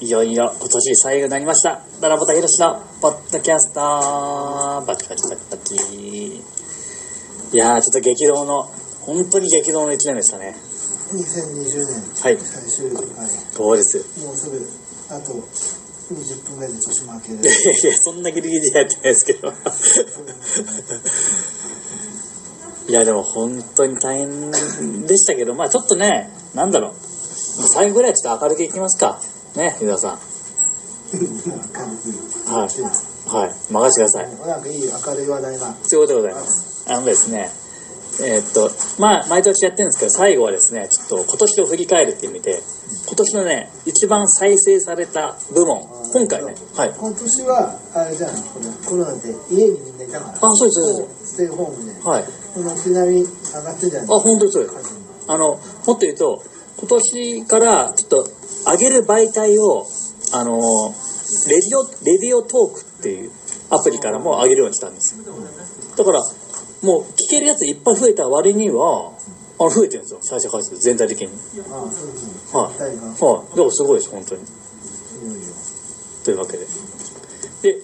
いよいよ今年最後になりました。ドラボタヒロシのポッドキャストバキバキバキバキ。いやー、ちょっと激動の、本当に激動の一年でしたね。 2020年はい、最終日、はい、そうです。もうすぐあと20分ぐらいで年も明けるいやいや、そんなギリギリやってないですけど。いや、でも本当に大変でしたけど、まあちょっとね、なんだろう。最後ぐらいちょっと明るくいきますか。ね、ヒ田さん。明るくはいはい、任せてください。なんかいい明るい話題がそういうことでございます。あのですね、えーっと、まあ、毎年やってるんですけど、最後はですね、ちょっと今年を振り返るっていう意味で、今年のね、一番再生された部門、今回ね、はい。あ、今年はあれじゃんこれコロナで家にみんないたからそうです、そうです。ステイホームで、はい。あ、この軒並み上がってんじゃないです本当にそうです。かあの、もっと言うと、今年からちょっと上げる媒体を、あの、レディオ、レディオトークっていうアプリからも上げるようにしたんですよ。だから、もう聞けるやついっぱい増えた割には、あの、増えてるんですよ、再生回数、全体的に。ああそうですはいね体がはい。だからすごいです、本当に。いよいよというわけで。で、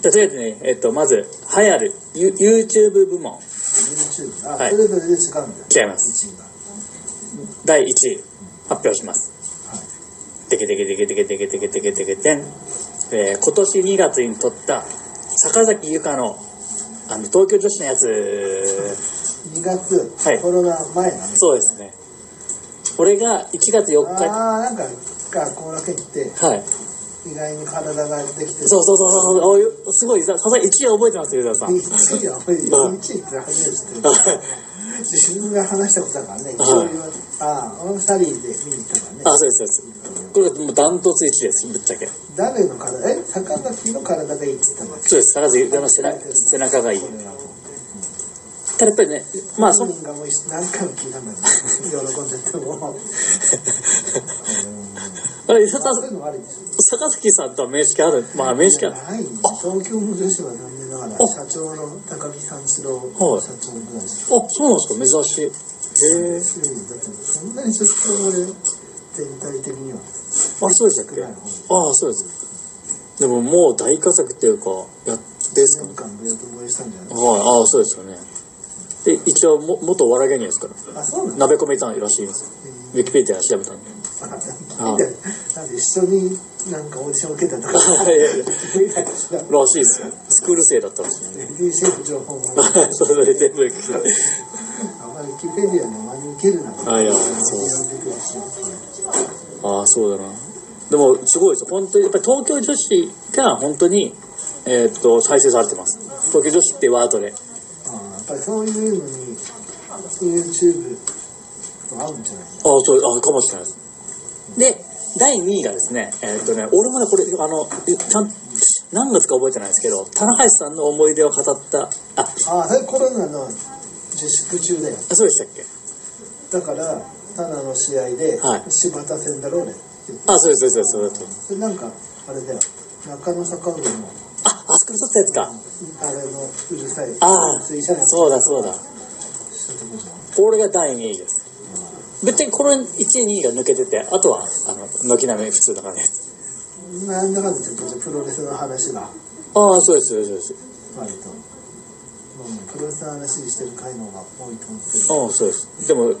じゃあとりあえずね、えっと、まず、流行る、ユ YouTube 部門、 YouTube あ、はいそれぞれで違違いうんだよます。 1位が第1位、発表します。てけてけてけてけてけてけてけてけてん。えー今年2月に撮った、坂崎由香の、あの、東京女子のやつ、 2月、はいコロナ前だねそうですね。俺が1月4日、はああなんか学校楽園行ってい。意外に体ができてそうそうそうそうそうあ、すごい、ささすが1位覚えてますよ、ユダさん。 はい。 1位は俺1位って初めて知ってる自分が話したことだからね一応言わああこの2人で見に行ったからねあ、そうです、そうです。これもうダントツ1位です、ぶっちゃけ。誰の体え坂崎の体がいいって言ったんだっけそうです、坂崎の背中背中がいい。これはただやっぱりね、まあそ本、人がもう何回も聞いたんだけど喜んじゃっても あれさそういうのもあるでしょ坂崎さんとは面識ある、まあ面識ある。ないね東京の女子は残念ながらあ社長の高木三四郎はい社長ぐらいしかあ、そうなんですか、珍しい。へえ。だってそんなに出張俺全体的にはあれそうでしたっけ少ないあ方あ、そうです。でももう大活躍っていうか、やってですかね年。間ぶやと覚えしたんじゃないはい、ああ、そうですよね。で、一応も、元お笑い芸人ですから、あそうなの鍋込さんいらっしゃいます。ウィキペディア調べたんで。あなんでなんで一緒になんかオーディション受けたとかいやいやみたいなさらしいですよ。スクール生だったんですよね。 レディーシェフ情報もはい、それで全部聞いて。あまりウィキペディアの真に受ける なあいやそうああそうだなでもすごいです本当にやっぱり東京女子が本当にえーっと再生されてます東京女子ってワードであやっぱりそういうのに YouTube と合うんじゃないああそうあかもしれないですで第2位がですねえーっとね俺もねこれあのちゃん何月か覚えてないですけど棚橋さんの思い出を語ったあああそれコロナの自粛中だよそうでしたっけだからただの試合で、はい柴田戦だろうねあそうですそうですそうですそうですそれなんかあれだよ中野坂上のああそこで撮ったやつかあれのうるさいああ水車のそうだそうだそういうとこじゃんこれが第2位です別にこの1位2位が抜けててあとはあの軒並み普通の感じですなんだかんだちょっとじゃあプロレスの話がああ、そうです、そうです。割と、まあまあ、プロレスの話してる回の方が多いと思うけどああ、そうです。でも、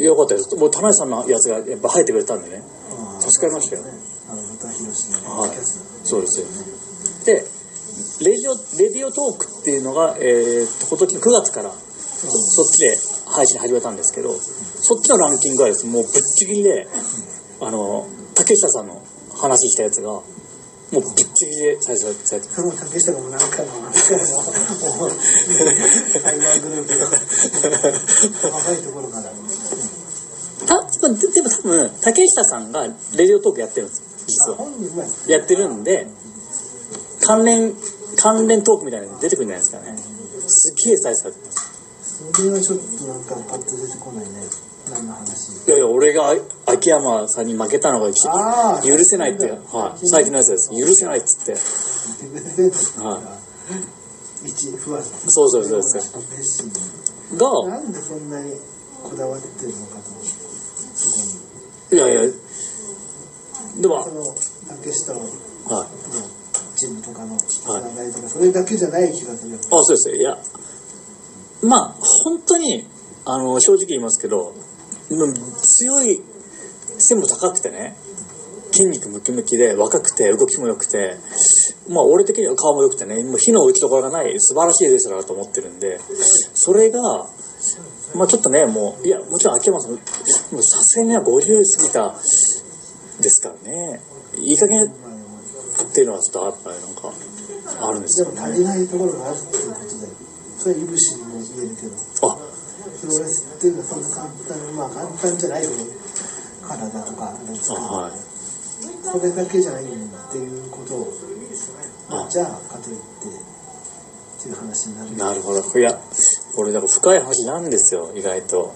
よかったです。もう、田中さんのやつがやっぱ入ってくれたんでね。助かりましたよあの豚ひろしのはいキャスそうですよね。で、レディオ、レディオトークっていうのが、えー、今年の9月から、そそっちで配信始めたんですけど、そっちのランキングはですね、もうぶっちぎりで、あの、竹下さんの話したやつが、もうぶっちぎりで再生されてそれも竹下がもう何回も何回ももう台湾グループ が若いところからた、まあででも多分、竹下さんがレディオトークやってるんです、実あは。本人もやっやってるんで、関連、関連トークみたいなの出てくるんじゃないですかね。すげえ再生されてます。それはちょっとなんかパッと出てこないね何の話いやいや、俺が秋山さんに負けたのが一あー許せないって、はい。最近のやつです。許せないっつって。全然出てこないは一不安そうそうそうそう熱心にが、なんでそんなにこだわってるのかとそこにいやいや、でも、そのケシとのはい。ジムとかのつながりとか、それだけじゃない気がするよね。あそうですいやまあ本当にあの正直言いますけどうん強い背も高くてね筋肉ムキムキで若くて動きも良くてまあ俺的には顔も良くてねもう火の打ち所がない素晴らしいレスラーだと思ってるんでそれがまあちょっとねもういやもちろん秋山さんもうさすがにね50過ぎたですからねいい加減っていうのはちょっとあなんかあるんですでよも足りないところがあるっていうことで、それはいぶしにも言えるけど、あプロレスっていうのはそんな簡単、まあ簡単じゃないけど、体とか、なんですけどあはいそれだけじゃないんだっていうことを、あじゃあ、かといって、っていう話になる。なるほど。いや、これだから深い話なんですよ、意外と。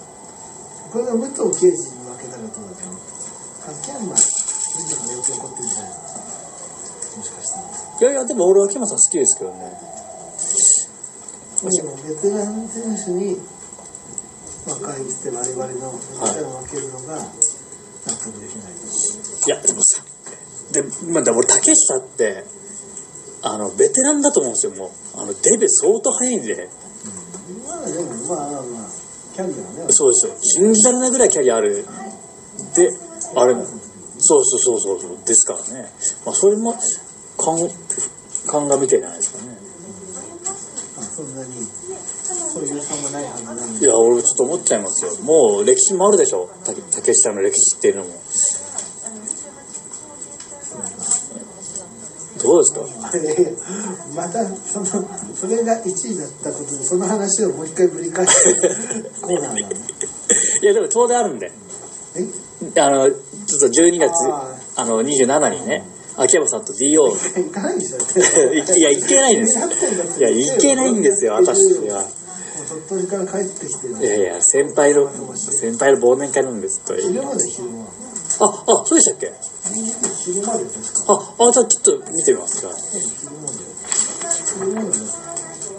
これが武藤刑事に負けたらどうだったの秋山、武藤がよく怒ってるんじゃないのもしかして。いやいや、でも俺は秋山さん好きですけどね。もうベテラン選手に若いって我々の若いを負けるのが納得できないいや、でもさ、で、まあ、でも俺、竹下って、あの、ベテランだと思うんですよ、もう。あの、デビュー相当早いんで。まあでもまあまあまあキャリアはねそうですよ。信じられないぐらいキャリアある。で、あれも。そうそうそうそうそう。ですからね。まあ、それも、かん、鑑みてじゃないですかね。まあそんなにそういう差もないはずなのいでや、俺ちょっと思っちゃいますよ。もう歴史もあるでしょ。竹竹下の歴史っていうのも。どうですか またそのそれが1位だったことでその話をもう一回ぶり返すコーナーなのいや、でも東大あるんで。えあの、ちょっと12月、ああの、27にね、秋山さんと DO、行かないでしょいや、いけないんですよ。いや、いけないんですよ、私は。鳥取から帰ってきていやいや、先輩の、先輩の忘年会なんですと。昼まで昼間あ、あ、そうでしたっけ昼までですかあ、あ、じゃあちょっと見てみますか。昨日まで昨日まで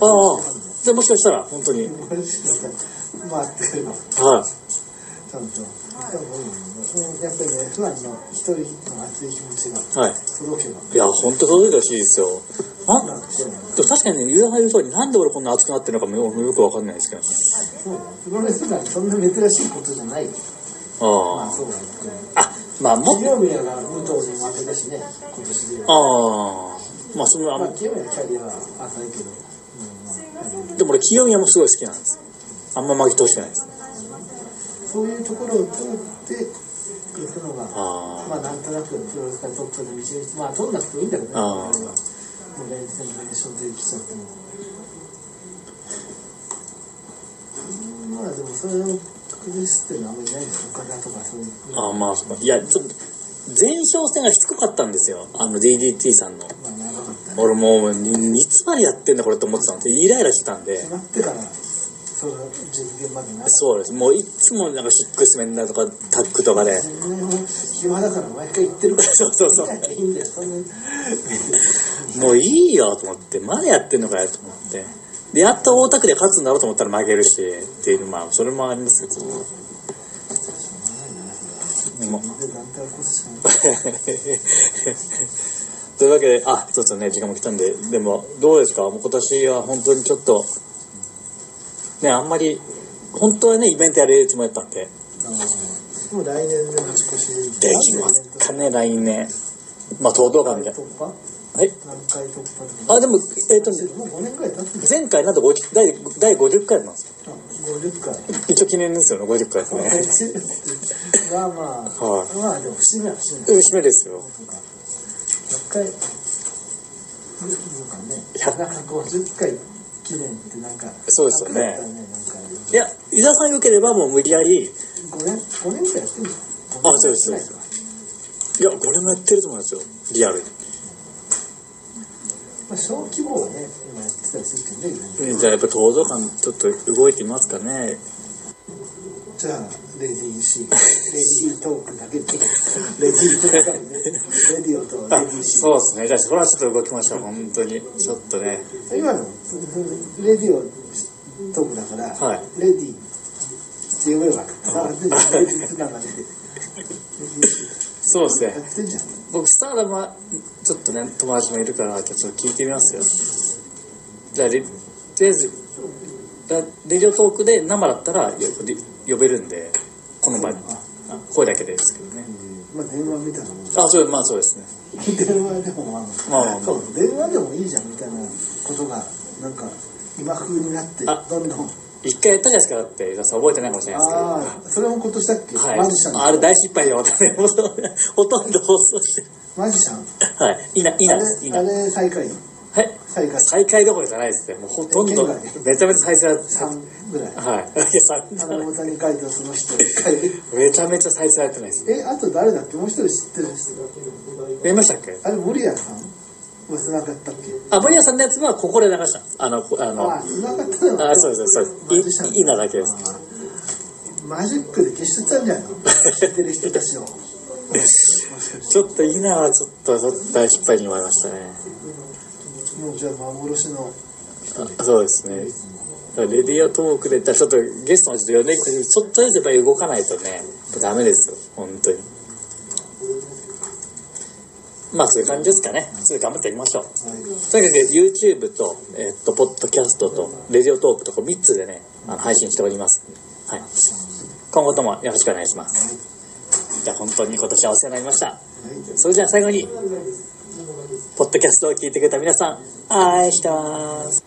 ああ、じゃあもしかしたら、本当に。これしかさ回ってくればはい。ちゃんとうんやっぱりね普段の一人の熱い気持ちがはい。届けばいや、ほんと届いてほしいですよ。なんでなもんかそう確かにね、ユーザーが言う通り、なんで俺こんな熱くなってるのかもよよくわかんないですけどね。プロレスなんてそんな珍しいことじゃないまああそうだけどあ。あ、まあもっ清宮が武藤に負けたしね今年でああ。まあその、あまあの清宮のキャリアは浅いけどうんまあでも俺、清宮もすごい好きなんですよ。あんま負けてほしくないですね。そういうところを通っていくのがあまあなんとなくプロレスからトップに導いて、まあ取んなくてもいいんだけどね、あー我々はもう連戦連勝できちゃっても。うんまあでもそれを崩してるのはあんまりないんだよ、岡田とかそういう。あ。ああ、まあそうか。いや、ちょっと、前哨戦がしつこかったんですよ。あの DDT さんの。まあ長かったね。俺もう、いいつまでやってんだこれって思ってたので、イライラしてたんで。決まってから、その実現までな。そうです。もういつもなんかシックスメンだとか、タックとかで。自分も暇だから毎回言ってるから。そうそうそう見なきゃいいんだよ、そんな。もういいよと思って、まだやってんのかよと思って。で、やっと大田区で勝つんだろうと思ったら負けるし、っていう、まあ、それもありますけど。 もうで、団体を起こすしかない。というわけで、あ、ちょっとね、時間も来たんで、でも、どうですかもう今年は本当にちょっと、ね、あんまり、本当はね、イベントやれるつもりだったんで、あーでも来年で持ち越しできますかね、来年。まあ、東道館みたいな。突破はい。何回突破とかあ、でも、えっ、と、もう5年くらい経つんだよ。前回なんと50第第50回なんですよ。 50回。一応記念ですよね、50回ですね。まあまあ、まあでも節目は節目だうん締めですよ。とか。100回、なんかね、なんか50回記念ってなんか、そうですよねなんかあったなんかいや、伊沢さん良ければもう無理やり、い5年、5年くらいやってんじゃん。あそうですそうですや、これもやってると思いますよ。リアルまあ小規模はね、今やってたりするけどね、いろいろに。じゃあやっぱ東道館ちょっと動いてみますかね。じゃあ、 レディーシー、レディートークだけで、レディートークだけで、レディオとレディーシー。そうですね。 じゃあそれはちょっと動きましょう。本当に。ちょっとね。今の、レディオトークだから、はいレディーって呼べば、さあ、レディーつながりで。レディーシーそうですねやってんじゃん。僕スターダムはちょっとね友達もいるからちょっと聞いてみますよじゃあレとりあえずだレディオトークで生だったらよで呼べるんでこの場にあ声だけでですけどねまあ電話みたいなもん。あそうまあそうですね電話でも、まあまあまあそう電話でもいいじゃんみたいなことが、なんか、今風になって、あどんどん。一回やったじゃないですかだって伊沢さん覚えてないかもしれないですけどああ、それも今年だっけ、はいマジシャン。あれ大失敗で私ねほとんどほとんど放送してマジシャン。はいいないいなあいですいなれ、あいはれ最下位。い最下位。再開どころじゃないですねもうほとんどえ県外めちゃめちゃ再生さ3ぐらい。はいいや さあの、大谷海斗その人一回。めちゃめちゃ再生されてないですえ、あと誰だっけもう一人知ってる人。見ましたっけあれ、森谷さんは繋がったっけあ、森谷さんのやつはここで流したんです。あの、こあの、ああ、繋がったのあそうですそうですマジシャンいいいなだけですああマジックで消しちゃったんじゃないの知ってる人たちを。ちょっといいなはちょっと、ちょっと大失敗に思いましたね。もうじゃあ幻のあそうですね。だからレディオトークで、だからちょっとゲストの人呼んでいくけどちょっとずつやっぱり動かないとね、やっぱダメですよ、本当に。まあそういう感じですかね。ちょっと頑張っていきましょう。とにかく YouTube と、えっと、ポッドキャストと、レディオトークと、こう3つでね、あの配信しております。はい。今後ともよろしくお願いします。じゃあ本当に今年はお世話になりました。それじゃあ最後に、ポッドキャストを聞いてくれた皆さん、愛してます。